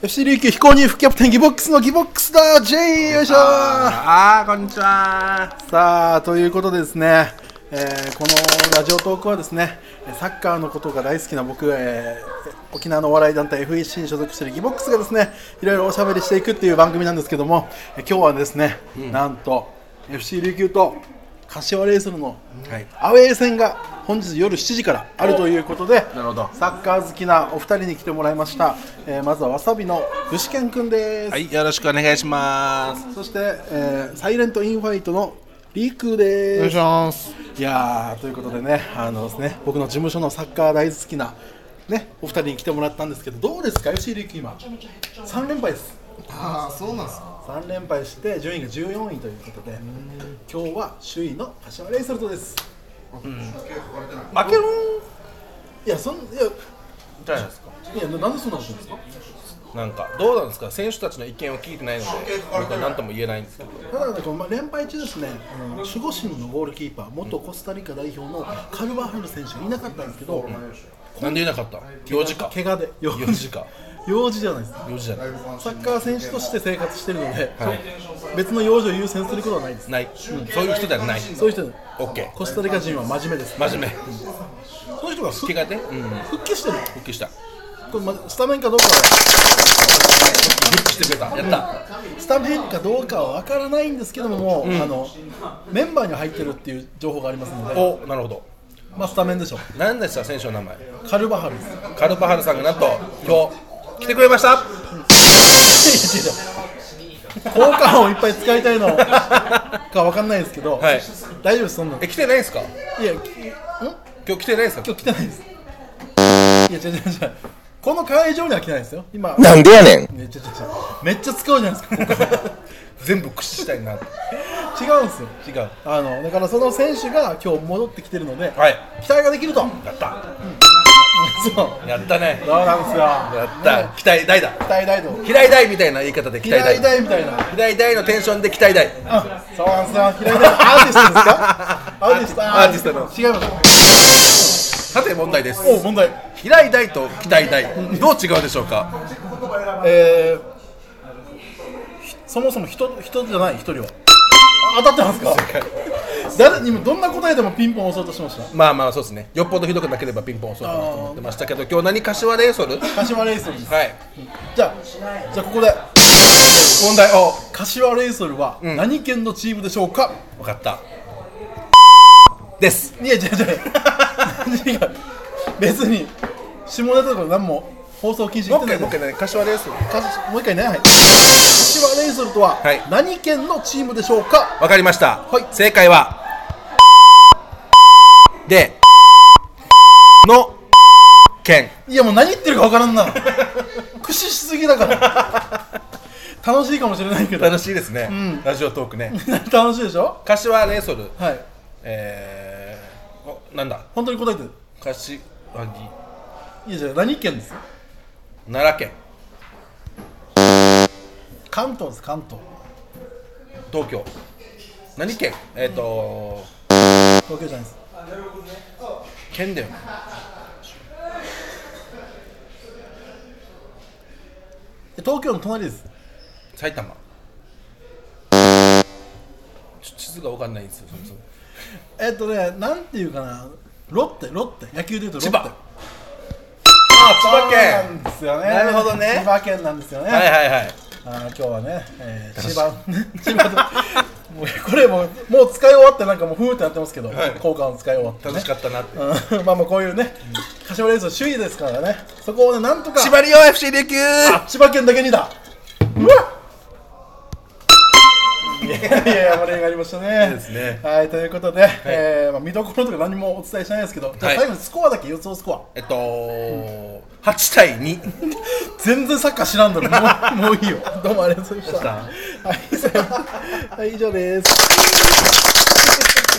FC 琉球非公認副キャプテンギボックスのギボックスだ J よいしょーああこんにちはさあということでですね、えーこのラジオトークはですねサッカーのことが大好きな僕、えー沖縄のお笑い団体 FEC に所属しているギボックスがですねいろいろおしゃべりしていくっていう番組なんですけどもえー今日はですね、なんと FC 琉球と柏レイソルのはいアウェー戦が本日夜7時からあるということでなるほどサッカー好きなお二人に来てもらいました、えーまずはわさびの具志堅くんです、はいよろしくお願いしますそして、えーサイレントインファイトのリークーでおす願いします。いやーということでねあのですね僕の事務所のサッカー大好きな、ね、お二人に来てもらったんですけどどうですか FC 琉球今3連敗ですああ、そうなんですか。 3連敗して順位が14位ということで今日は首位の柏レイソルトです、負けろーいやそんいやじゃないですかいやなんでそんなこと言うんですかなんかどうなんですか選手たちの意見を聞いてないので僕は何とも言えないんですけどただね、このまあ連敗中ですね、あの守護神のゴールキーパー、元コスタリカ代表のカルバーハル選手がいなかったんですけど、なんで言えなかった4時か怪我で、用4時か用事じゃないです、 4時じゃないサッカー選手として生活してるので、はい別の用事を優先することはないです、ない、そういう人ではないそういう人、オッケコスタリカ人は真面目です、ー真面目そういう人が復怪我でうん復帰してる、復帰したこれまスタメンかどうかは、復帰してくれたやったスタメンかどうかは分からないんですけども、もうあのメンバーには入ってるっていう情報がありますので、おなるほどまあ、スタメンでしょう、何でした選手の名前カルバーハルです。 カルパハルさんがなんと今日来てくれました効果音をいっぱい使いたいのかわかんないですけど、はい大丈夫ですそんなのいえ来てないんですかやきん今今日来てないんですか日来てないですいや違う違う違うこの会場には来てないですよ今なんでやねんめっちゃ違う違うめっちゃ使うじゃないですか効果全部駆使したいな音違うんですよ違うあのだからその選手が今日戻ってきてるので、はい期待ができるとやったそうやったねそうなんですよやった期待大だ期待大と期待大みたいな言い方で期期待大待期大みたいな、うん、待大のテンションで期待大そうなんですよ平井大アーティストですかアーティスト アーティストの違いますさて問題ですお問題期待大と期待大どう違うでしょうかえー、ひそもそも人人じゃない一人はあ当たってますか誰今どんな答えでもピンポン押そうとしましたまあまあそうですねよっぽどひどくなければピンポンそうかなと思ってましたけど今日何柏レイソルはい柏レイソルですじゃあじゃあここで問題を柏レイソルは何県のチームでしょうか、分かったですいや違う違う違う別に下ネタとか何も放送禁止も言っうて一な回いもう一回ね柏レイソルかしもう一回ねはい柏レイソルとははい何県のチームでしょうか、わかりました、はい正解はでの県いやもう何言ってるか分からんな駆使しすぎだから楽しいかもしれないけど 楽楽しいですね、ラジオトークねしいでしょ柏レイソルはいえー、おなんだ本当に答えて柏木いやじゃあ何県です奈良県関東です関東東京何県えっ、ー、と東京じゃないです県だよえ東京の隣です埼玉ちょ地図がわかんないんですよそもそもえっとねなんていうかなロッテロッテ野球でいうとロッテ千葉ああ千葉そうなん県ですよねなるほどね千葉県なんですよね、はいはいはいあー今日はね、えー、千葉 千葉と もうこれもうもう使い終わってなんかもうふーってなってますけど、はい効果を使い終わってね楽しかったなってうん まあまあこういうね、柏レイソル首位ですからね、そこをね、なんとか縛りよ FC 琉球あ千葉県だけにだ。うわっいやいや、盛り上がりましたね。いいですねはい、ということで、えーまあ、見どころとか何もお伝えしないですけど、じゃあはい最後にスコアだけ予想スコア。えっと、8対2全然サッカー知らんだろ、もうもういいよ。どうもありがとうございました。あはいさよう、はい以上です。